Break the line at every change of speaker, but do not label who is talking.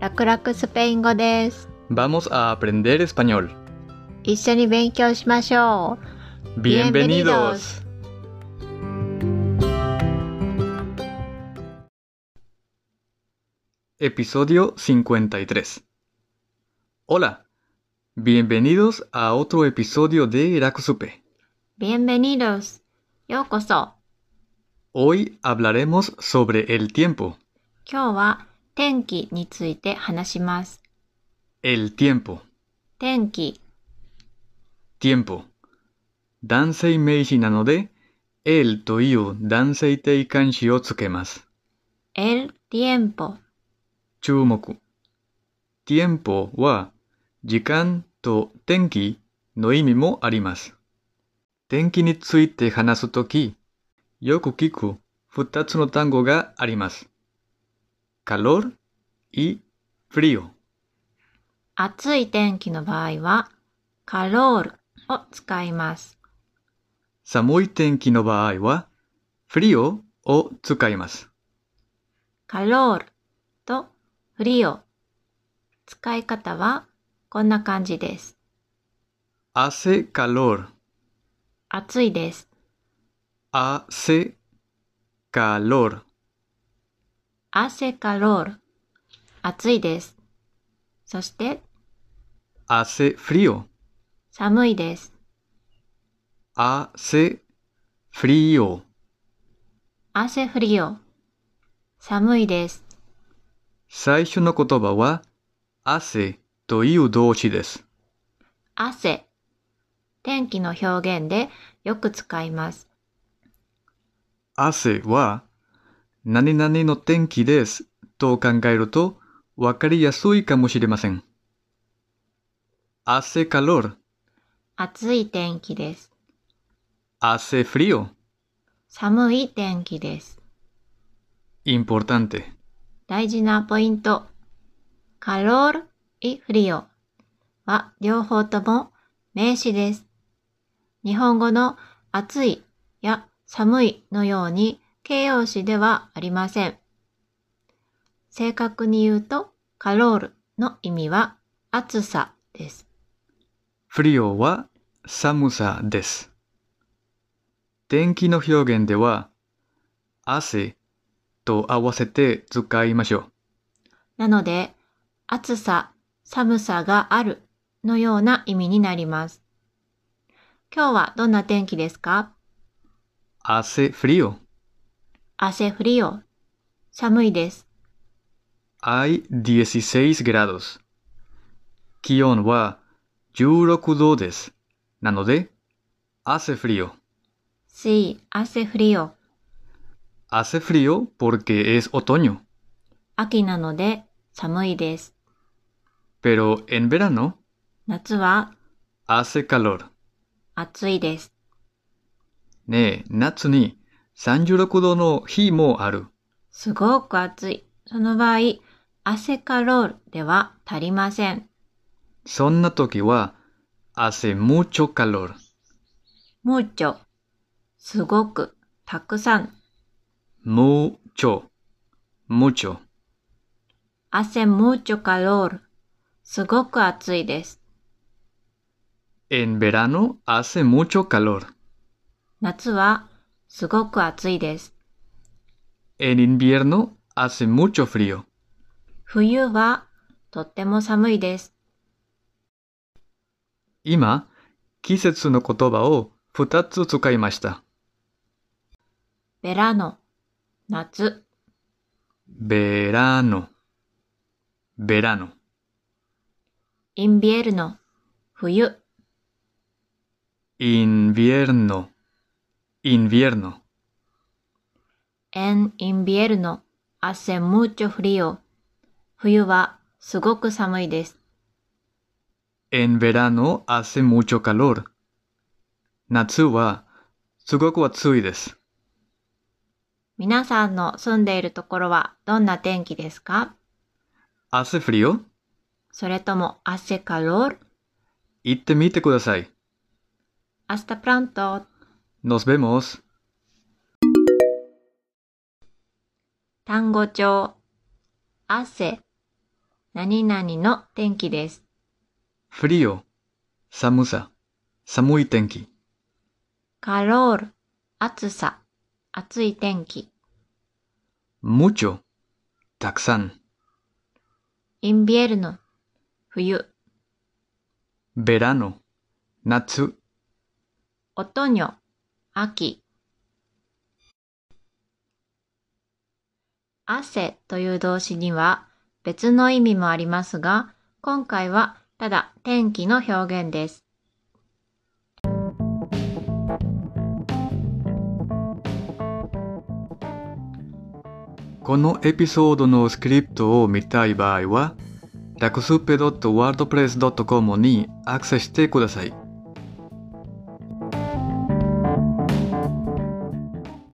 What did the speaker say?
楽々スペイン語です。
Vamos a aprender español.
一緒に勉強しましょう。
Bienvenidos. Episodio 53. Hola. Bienvenidos a otro episodio de Rakusupe.
Bienvenidos. ようこそ。
Hoy hablaremos sobre el tiempo.
今日は天気について話します。
El tiempo.
天気、
tiempo. 男性名詞なので、el という男性定冠詞をつけます。
el tiempo。
注目。tiempo は、時間と天気の意味もあります。天気について話すとき、よく聞く二つの単語があります。calor y frío。
暑い天気の場合は、カロールを使います。
寒い天気の場合は、フリオを使います。
カロールとフリオ。使い方はこんな感じです。
hace calor,
暑いです。
hace calor,
汗カロール。暑いです。そして
hace frío,
寒いです。
hace frío,
汗フリオ。寒いです。
最初の言葉は、汗という動詞です。
汗。天気の表現でよく使います。
汗は、何々の天気ですと考えると、わかりやすいかもしれません。hace calor,
暑い天気です。
hace frío,
寒い天気です。
importante,
大事なポイント。カロール・イ・フリオは両方とも名詞です。日本語の暑いや寒いのように形容詞ではありません。正確に言うと、カロールの意味は暑さです。
フリオは寒さです。天気の表現では、汗と合わせて使いましょう。
なので、暑さ、寒さがあるのような意味になります。今日はどんな天気ですか
汗フリオ。
汗フリオ。寒いです。
Hay 16 grados. 気温は16度です。なので、hace frío.
Sí, hace frío.
Hace frío porque es otoño.
秋なので寒いです。
Pero en verano
夏は
hace calor.
暑いです。
ねえ、夏に36度の日もある。
すごく暑い。その場合、汗カロールでは足りません。
そんな時は、hace mucho calor。
mucho。すごく、たくさん。
mucho。mucho。
hace mucho calor。すごく暑いです。
en verano hace mucho calor。
夏は、すごく暑いです。
en invierno hace mucho frío。
冬は、とっても寒いです。
今、季節の言葉を2つ使いました。
ベラノ、夏。
ベラノ、ベラノ。
インビエルノ、冬。
インビエルノ、インビエルノ。
En invierno hace mucho frío. 冬はすごく寒いです。
En verano hace mucho calor. 夏はすごく暑いです。
皆さんの住んでいるところはどんな天気ですか
hace frío?
それとも hace calor?
行ってみてください。
Hasta pronto!
Nos vemos!
単語帳汗何々の天気です。
frío, 寒さ、寒い天気。
カロール、暑さ、暑い天気。
mucho, たくさん。
インビエルノ、冬。
verano, 夏。
オトニョ、秋。汗という動詞には別の意味もありますが、今回はただ天気の表現です。
このエピソードのスクリプトを見たい場合は、ラクスペ .wordpress.com にアクセスしてください。